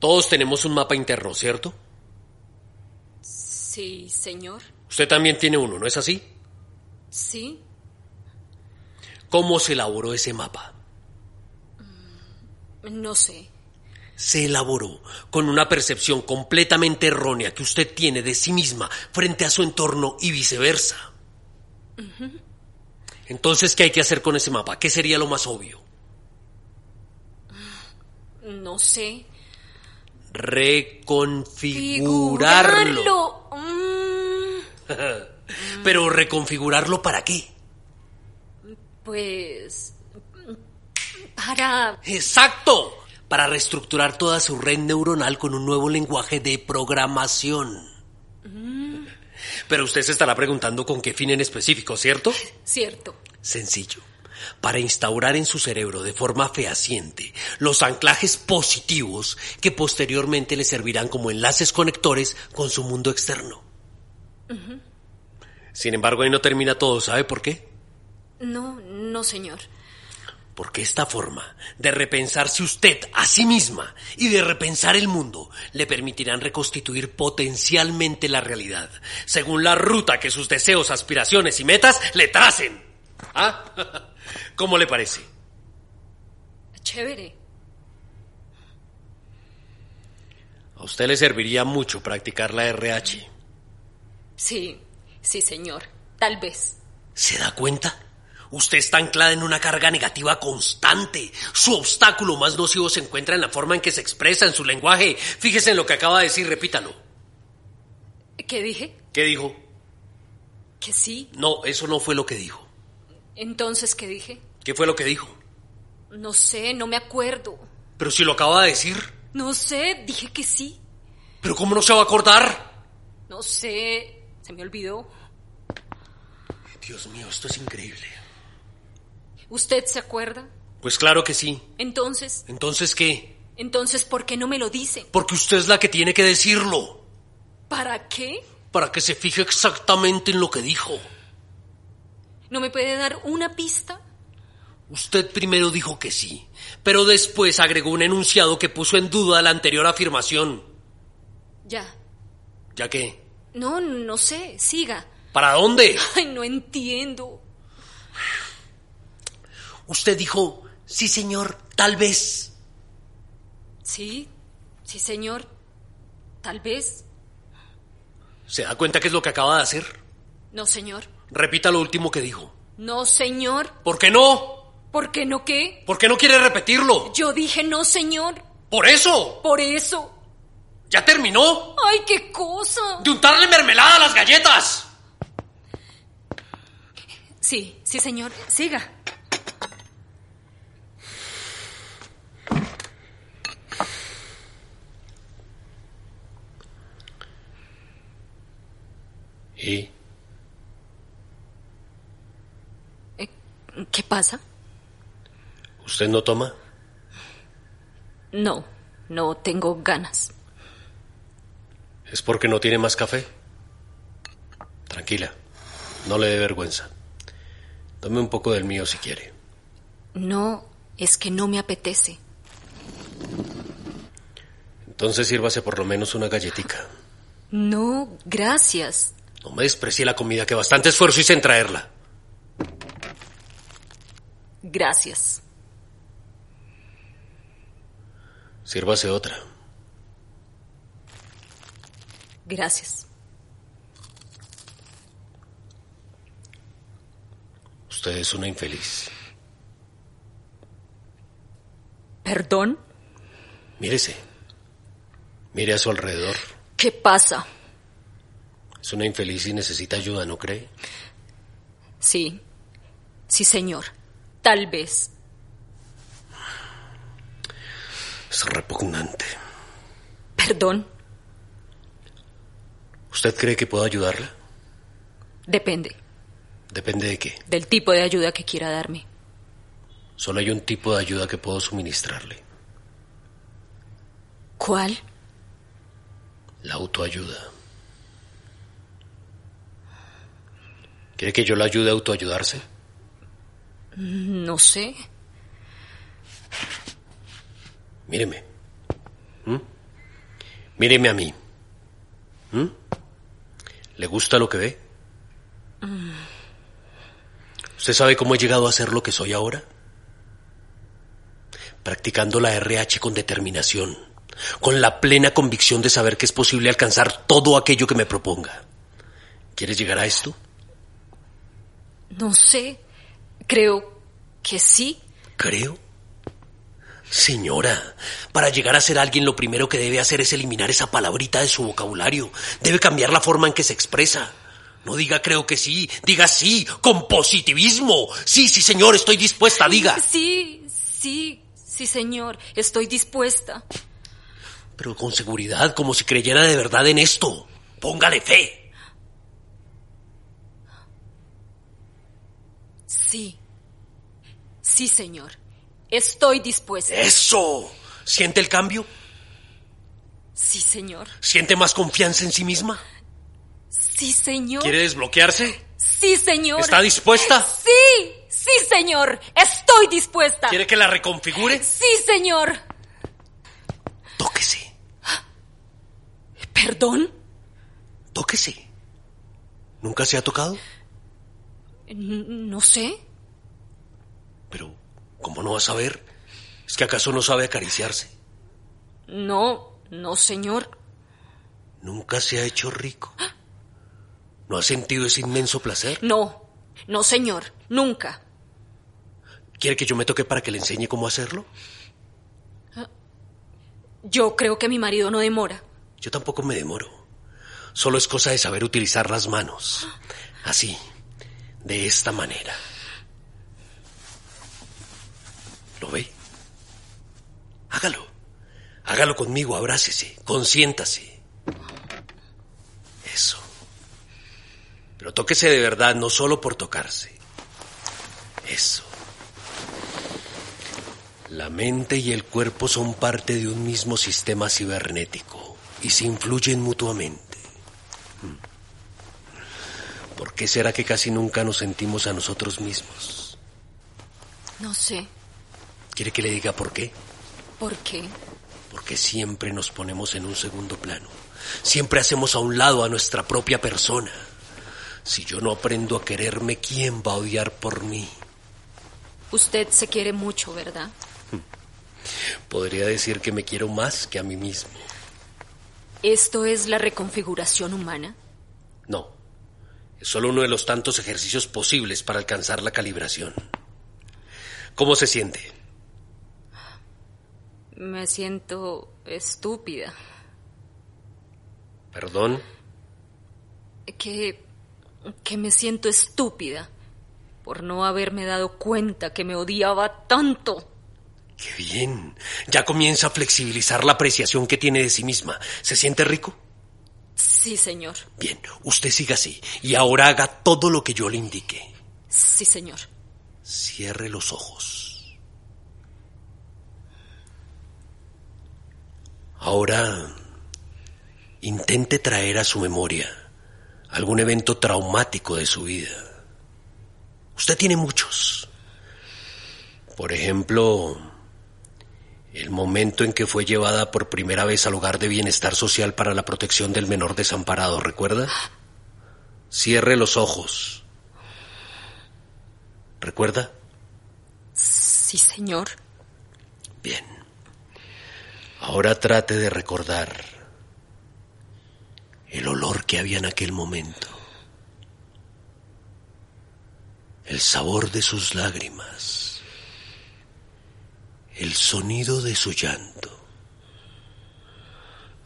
D: Todos tenemos un mapa interno, ¿cierto?
E: Sí, señor.
D: Usted también tiene uno, ¿no es así?
E: Sí.
D: ¿Cómo se elaboró ese mapa?
E: No sé.
D: Se elaboró con una percepción completamente errónea que usted tiene de sí misma frente a su entorno y viceversa. Entonces, ¿qué hay que hacer con ese mapa? ¿Qué sería lo más obvio?
E: No sé.
D: Reconfigurarlo.
E: Figurarlo. Mm,
D: Pero reconfigurarlo para qué?
E: pues. Para.
D: Exacto. Para reestructurar toda su red neuronal con un nuevo lenguaje de programación. Pero usted se estará preguntando con qué fin en específico, ¿cierto?
E: Cierto.
D: Sencillo. Para instaurar en su cerebro de forma fehaciente los anclajes positivos que posteriormente le servirán como enlaces conectores con su mundo externo. Sin embargo, ahí no termina todo, ¿sabe por qué?
E: No, no, señor.
D: Porque esta forma de repensarse usted a sí misma y de repensar el mundo le permitirán reconstituir potencialmente la realidad, según la ruta que sus deseos, aspiraciones y metas le tracen. ¿Ah? ¿Cómo le parece?
E: Chévere.
D: A usted le serviría mucho practicar la RH.
E: Sí, sí, señor. Tal vez.
D: ¿Se da cuenta? Usted está anclada en una carga negativa constante. Su obstáculo más nocivo se encuentra en la forma en que se expresa, en su lenguaje. Fíjese en lo que acaba de decir, repítalo.
E: ¿Qué dije?
D: ¿Qué dijo?
E: Que sí.
D: No, eso no fue lo que dijo.
E: Entonces, ¿qué dije?
D: ¿Qué fue lo que dijo?
E: No sé, no me acuerdo.
D: Pero si lo acaba de decir,
E: No sé, dije que sí.
D: ¿pero cómo no se va a acordar?
E: No sé, se me olvidó.
D: Dios mío, esto es increíble.
E: ¿Usted se acuerda?
D: Pues claro que sí.
E: Entonces,
D: Entonces, ¿qué?
E: entonces, ¿por qué no me lo dice?
D: Porque usted es la que tiene que decirlo,
E: ¿Para qué?
D: para que se fije exactamente en lo que dijo.
E: ¿No me puede dar una pista?
D: Usted primero dijo que sí, pero después agregó un enunciado que puso en duda la anterior afirmación.
E: Ya.
D: ¿Ya qué?
E: No, no sé, siga.
D: ¿Para dónde?
E: Ay, no entiendo.
D: Usted dijo, sí señor, tal vez.
E: Sí, sí, señor. Tal vez.
D: ¿Se da cuenta qué es lo que acaba de hacer?
E: No, señor.
D: Repita lo último que dijo.
E: No, señor.
D: ¿Por qué no?
E: ¿Por qué no qué?
D: ¿Por qué no quiere repetirlo?
E: Yo dije no, señor.
D: ¡Por eso!
E: Por eso.
D: ¿Ya terminó?
E: Ay, qué cosa.
D: ¡De untarle mermelada a las galletas!
E: Sí, sí, señor. Siga.
D: ¿Y?
E: Eh, ¿Qué pasa?
D: ¿Usted no toma?
E: No, no tengo ganas.
D: ¿Es porque no tiene más café? Tranquila, no le dé vergüenza. Tome un poco del mío si quiere.
E: No, es que no me apetece.
D: Entonces sírvase por lo menos una galletica.
E: No, gracias.
D: No me desprecie la comida que bastante esfuerzo hice en traerla.
E: Gracias.
D: Sírvase otra.
E: Gracias.
D: Usted es una infeliz.
E: ¿Perdón?
D: Mírese. Mire a su alrededor.
E: ¿Qué pasa?
D: Es una infeliz y necesita ayuda, ¿no cree?
E: Sí. Sí, señor. Tal vez.
D: Es repugnante.
E: Perdón.
D: ¿Usted cree que puedo ayudarla?
E: Depende
D: Depende de qué.
E: del tipo de ayuda que quiera darme.
D: Solo hay un tipo de ayuda que puedo suministrarle.
E: ¿Cuál?
D: La autoayuda. ¿Quiere que yo la ayude a autoayudarse?
E: No sé.
D: Míreme. ¿Mm? Míreme a mí. ¿Mm? ¿Le gusta lo que ve? ¿Usted sabe cómo he llegado a ser lo que soy ahora? Practicando la RH con determinación, con la plena convicción de saber que es posible alcanzar todo aquello que me proponga. ¿Quieres llegar a esto?
E: No sé. Creo que sí.
D: Creo. Señora, para llegar a ser alguien lo primero que debe hacer es eliminar esa palabrita de su vocabulario. Debe cambiar la forma en que se expresa. No diga creo que sí, diga sí, con positivismo. Sí, sí, señor, estoy dispuesta, diga.
E: Sí, sí, sí, señor. Estoy dispuesta.
D: Pero con seguridad, como si creyera de verdad en esto. Póngale fe.
E: Sí. Sí, señor. Estoy dispuesta.
D: ¿Eh? Eso. ¿Siente el cambio?
E: Sí, señor.
D: ¿Siente más confianza en sí misma?
E: Sí, señor.
D: ¿Quiere desbloquearse?
E: Sí, señor.
D: ¿Está dispuesta?
E: Sí, sí, señor. Estoy dispuesta.
D: ¿Quiere que la reconfigure?
E: Sí, señor.
D: Tóquese,
E: ¿Perdón?
D: tóquese. ¿Nunca se ha tocado?
E: N- No sé.
D: Pero, ¿cómo no va a saber? ¿Es que acaso no sabe acariciarse?
E: No, no, señor.
D: ¿Nunca se ha hecho rico? ¿No ha sentido ese inmenso placer?
E: No, no, señor. Nunca.
D: ¿Quiere que yo me toque para que le enseñe cómo hacerlo?
E: Yo creo que mi marido no demora.
D: Yo tampoco me demoro. Solo es cosa de saber utilizar las manos. Así, de esta manera. ¿Lo ve? Hágalo. Hágalo conmigo, abrácese, consiéntase. Eso. Pero tóquese de verdad, no solo por tocarse. Eso. La mente y el cuerpo son parte de un mismo sistema cibernético y se influyen mutuamente. Mm. ¿Por qué será que casi nunca nos sentimos a nosotros mismos?
E: No sé.
D: ¿Quiere que le diga por qué?
E: ¿Por qué?
D: Porque siempre nos ponemos en un segundo plano. Siempre hacemos a un lado a nuestra propia persona. Si yo no aprendo a quererme, ¿quién va a odiar por mí?
E: Usted se quiere mucho, ¿verdad?
D: Podría decir que me quiero más que a mí mismo.
E: ¿Esto es la reconfiguración humana?
D: No. Es solo uno de los tantos ejercicios posibles para alcanzar la calibración. ¿Cómo se siente?
E: Me siento estúpida.
D: ¿Perdón?
E: Que... que me siento estúpida por no haberme dado cuenta que me odiaba tanto.
D: Qué bien. Ya comienza a flexibilizar la apreciación que tiene de sí misma. ¿Se siente rico?
E: Sí, señor.
D: Bien, usted siga así y ahora haga todo lo que yo le indique.
E: Sí, señor.
D: Cierre los ojos. Ahora intente traer a su memoria algún evento traumático de su vida. Usted tiene muchos. Por ejemplo, el momento en que fue llevada por primera vez al hogar de bienestar social para la protección del menor desamparado, ¿recuerda? Cierre los ojos. ¿Recuerda?
E: Sí, señor.
D: Bien. Ahora trate de recordar el olor que había en aquel momento. El sabor de sus lágrimas. El sonido de su llanto.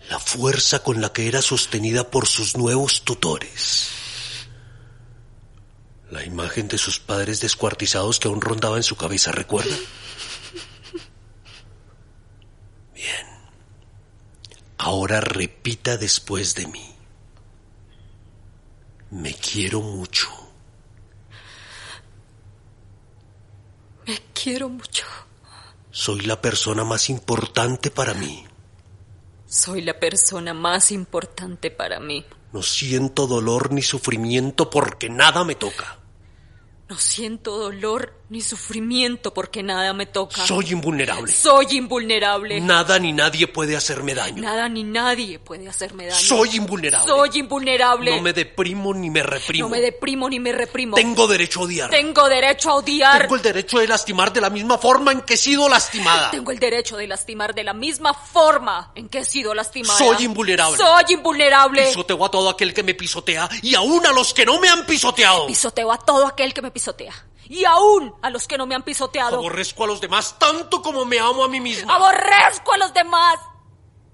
D: La fuerza con la que era sostenida por sus nuevos tutores. La imagen de sus padres descuartizados que aún rondaba en su cabeza, ¿recuerda? Bien. Ahora repita después de mí. Me quiero mucho.
E: Me quiero mucho.
D: Soy la persona más importante para mí.
E: Soy la persona más importante para mí.
D: No siento dolor ni sufrimiento porque nada me toca.
E: No siento dolor ni sufrimiento porque nada me toca.
D: Soy invulnerable.
E: Soy invulnerable.
D: Nada ni nadie puede hacerme daño.
E: Nada ni nadie puede hacerme daño.
D: Soy invulnerable.
E: Soy invulnerable.
D: No me deprimo ni me reprimo.
E: No me deprimo ni me reprimo.
D: Tengo derecho a odiar.
E: Tengo derecho a odiar.
D: Tengo el derecho de lastimar de la misma forma en que he sido lastimada.
E: Tengo el derecho de lastimar de la misma forma en que he sido lastimada.
D: Soy invulnerable.
E: Soy invulnerable.
D: Pisoteo a todo aquel que me pisotea y aún a los que no me han pisoteado.
E: Pisoteo a todo aquel que me pisotea. Y aún a los que no me han pisoteado.
D: Aborrezco a los demás tanto como me amo a mí misma.
E: Aborrezco a los demás.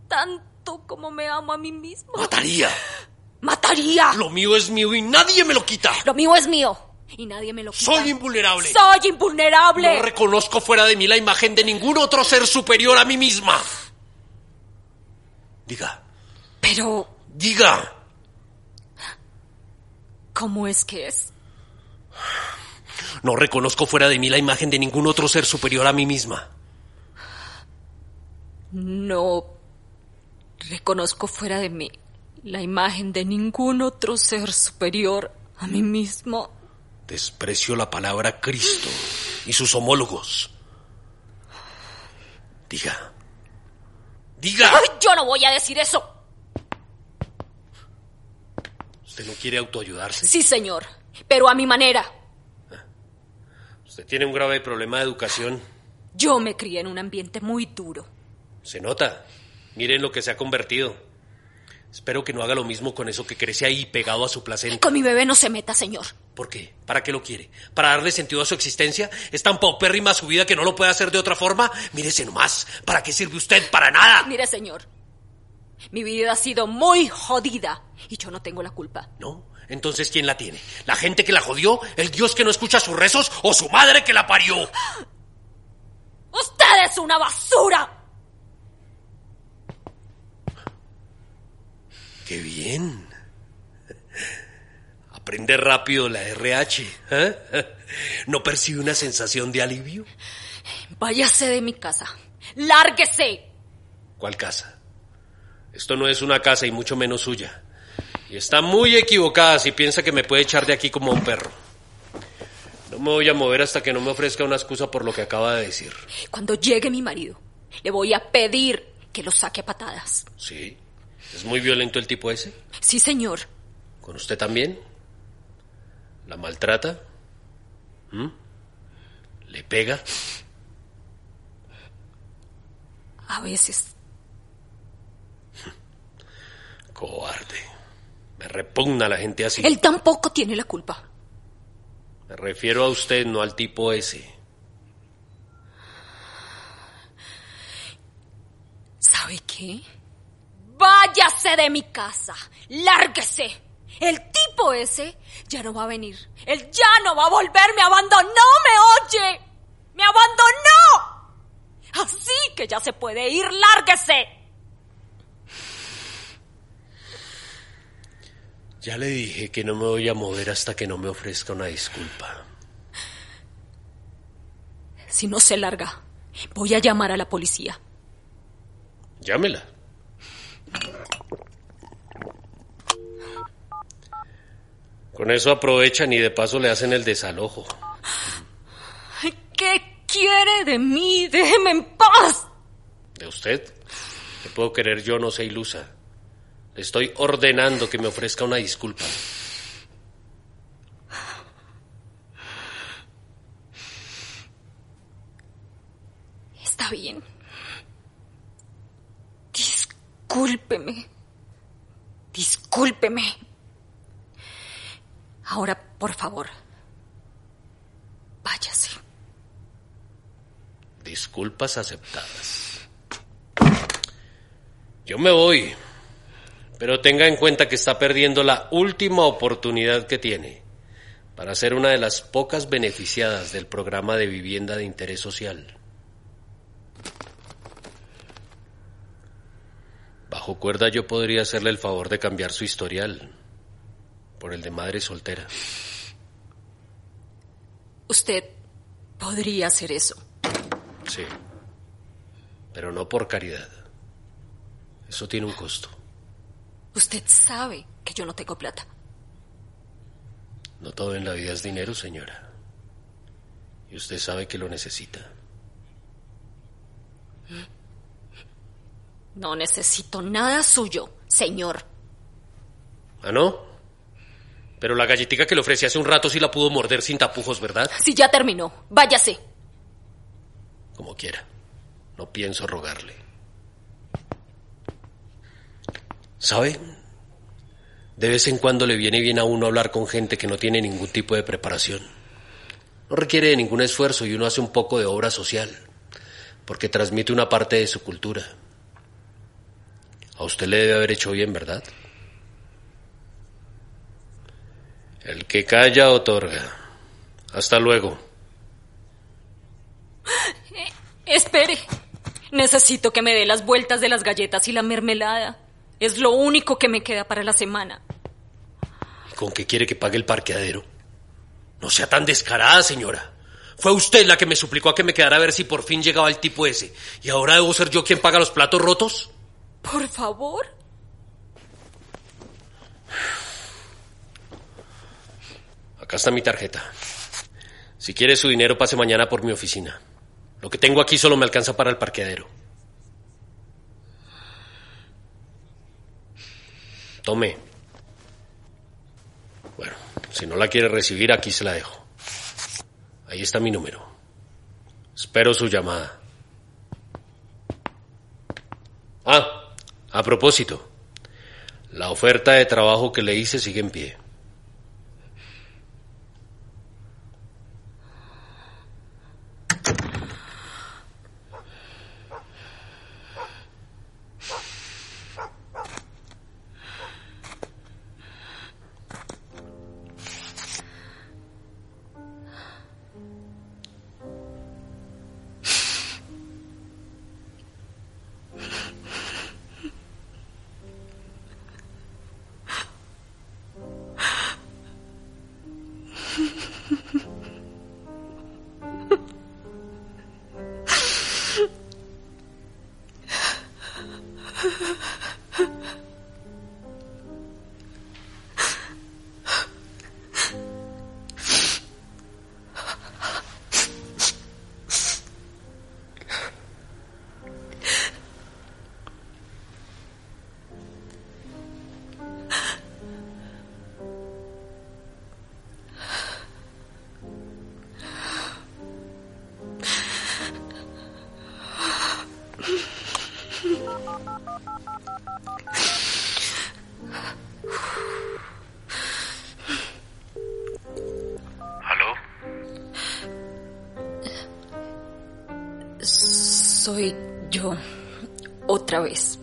E: Tanto como me amo a mí mismo.
D: Mataría.
E: Mataría.
D: Lo mío es mío y nadie me lo quita.
E: Lo mío es mío. Y nadie me lo quita.
D: Soy invulnerable.
E: Soy invulnerable.
D: No reconozco fuera de mí la imagen de ningún otro ser superior a mí misma. Diga,
E: Pero,
D: diga.
E: ¿cómo es que es?
D: No reconozco fuera de mí la imagen de ningún otro ser superior a mí misma.
E: No reconozco fuera de mí la imagen de ningún otro ser superior a mí mismo.
D: Desprecio la palabra Cristo y sus homólogos. Diga. Diga.
E: ¡Ay, yo no voy a decir eso!
D: ¿Usted no quiere autoayudarse?
E: Sí, señor, pero a mi manera.
D: Usted tiene un grave problema de educación.
E: Yo me crié en un ambiente muy duro.
D: Se nota. Miren lo que se ha convertido. Espero que no haga lo mismo con eso que crece ahí pegado a su placenta.
E: Con mi bebé no se meta, señor.
D: ¿Por qué? ¿Para qué lo quiere? ¿Para darle sentido a su existencia? ¿Es tan paupérrima su vida que no lo puede hacer de otra forma? Mírese nomás. ¿Para qué sirve usted? ¡Para nada!
E: Mire, señor, mi vida ha sido muy jodida y yo no tengo la culpa.
D: ¿No? Entonces, ¿quién la tiene? ¿La gente que la jodió? ¿El Dios que no escucha sus rezos? ¿O su madre que la parió?
E: ¡Usted es una basura!
D: ¡Qué bien! Aprende rápido la RH. ¿eh? ¿No percibe una sensación de alivio?
E: Váyase de mi casa. ¡Lárguese!
D: ¿Cuál casa? Esto no es una casa y mucho menos suya. Y está muy equivocada si piensa que me puede echar de aquí como a un perro. No me voy a mover hasta que no me ofrezca una excusa por lo que acaba de decir.
E: Cuando llegue mi marido, le voy a pedir que lo saque a patadas.
D: Sí. ¿Es muy violento el tipo ese?
E: Sí, señor.
D: ¿Con usted también? ¿La maltrata? ¿Mm? ¿Le pega?
E: A veces
D: Cobarde. Me repugna la gente así.
E: él tampoco tiene la culpa.
D: Me refiero a usted, no al tipo ese.
E: ¿Sabe qué? Váyase de mi casa. Lárguese. El tipo ese ya no va a venir. Él ya no va a volver. Me abandonó. Me oye. Me abandonó. Así que ya se puede ir. Lárguese.
D: Ya le dije que no me voy a mover hasta que no me ofrezca una disculpa.
E: Si no se larga, voy a llamar a la policía.
D: Llámela. Con eso aprovechan y de paso le hacen el desalojo.
E: ¿Qué quiere de mí? Déjeme en paz.
D: ¿De usted? ¿Qué puedo querer yo? No sé ilusa. Le estoy ordenando que me ofrezca una disculpa.
E: Está bien. Discúlpeme. Discúlpeme. Ahora, por favor, váyase.
D: Disculpas aceptadas. Yo me voy, pero tenga en cuenta que está perdiendo la última oportunidad que tiene para ser una de las pocas beneficiadas del programa de vivienda de interés social. Bajo cuerda yo podría hacerle el favor de cambiar su historial por el de madre soltera.
E: Usted podría hacer eso.
D: Sí. Pero no por caridad. Eso tiene un costo.
E: Usted sabe que yo no tengo plata.
D: No todo en la vida es dinero, señora. Y usted sabe que lo necesita.
E: No necesito nada suyo, señor.
D: ¿Ah, no? Pero la galletica que le ofrecí hace un rato sí la pudo morder sin tapujos, ¿verdad?
E: Si ya terminó, váyase.
D: Como quiera. No pienso rogarle. ¿Sabe? De vez en cuando le viene bien a uno hablar con gente que no tiene ningún tipo de preparación. No requiere de ningún esfuerzo y uno hace un poco de obra social, porque transmite una parte de su cultura. A usted le debe haber hecho bien, ¿verdad? El que calla otorga. Hasta luego.
E: Espere. Necesito que me dé las vueltas de las galletas y la mermelada. Es lo único que me queda para la semana.
D: ¿Y ¿Con qué quiere que pague el parqueadero? No sea tan descarada, señora. Fue usted la que me suplicó a que me quedara a ver si por fin llegaba el tipo ese. ¿Y ahora debo ser yo quien paga los platos rotos?
E: Por favor.
D: Acá está mi tarjeta. Si quiere su dinero, pase mañana por mi oficina. Lo que tengo aquí solo me alcanza para el parqueadero. Tome. Bueno, si no la quiere recibir, aquí se la dejo. Ahí está mi número. Espero su llamada. Ah, a propósito, la oferta de trabajo que le hice sigue en pie.
F: ¿Aló?
E: Soy yo. Otra vez.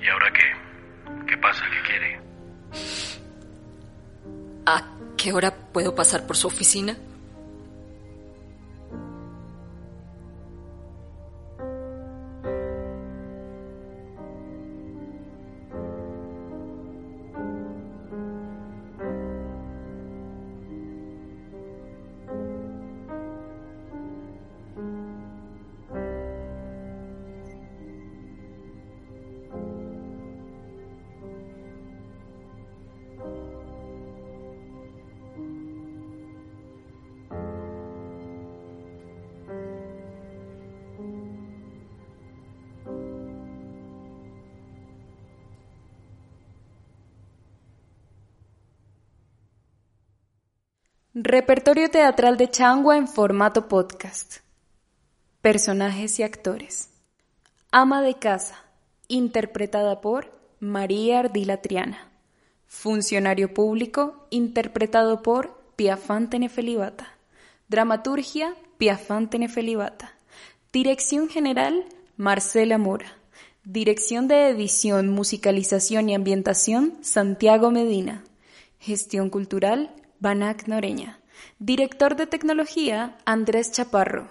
F: ¿Y ahora qué? ¿Qué pasa? ¿Qué quiere?
E: ¿A qué hora puedo pasar por su oficina?
C: Repertorio teatral de Changua en formato podcast. Personajes y actores. Ama de casa, interpretada por María Ardila Triana. Funcionario público, interpretado por Piafante Nefelibata. Dramaturgia, Piafante Nefelibata. Dirección general, Marcela Mora. Dirección de edición, musicalización y ambientación, Santiago Medina. Gestión cultural, Banac Noreña. Director de tecnología, Andrés Chaparro.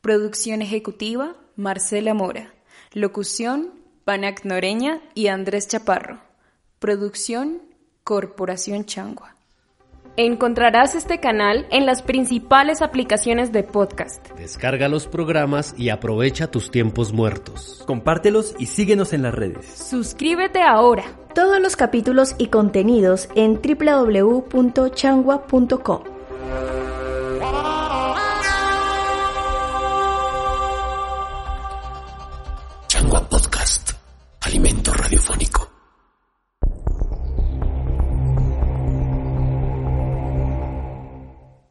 C: Producción ejecutiva, Marcela Mora. Locución, Banac Noreña y Andrés Chaparro. Producción, Corporación Changua.
G: Encontrarás este canal en las principales aplicaciones de podcast.
H: Descarga los programas y aprovecha tus tiempos muertos.
I: Compártelos y síguenos en las redes.
G: Suscríbete ahora.
J: Todos los capítulos y contenidos en www.changua.com.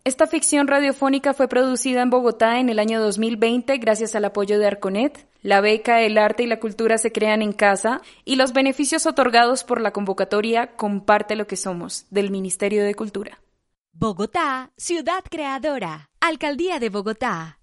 C: Esta ficción radiofónica fue producida en Bogotá en el año 2020 gracias al apoyo de Arconet. La beca El arte y la cultura se crean en casa y los beneficios otorgados por la convocatoria Comparte lo que somos del Ministerio de Cultura.
K: Bogotá, ciudad creadora. Alcaldía de Bogotá.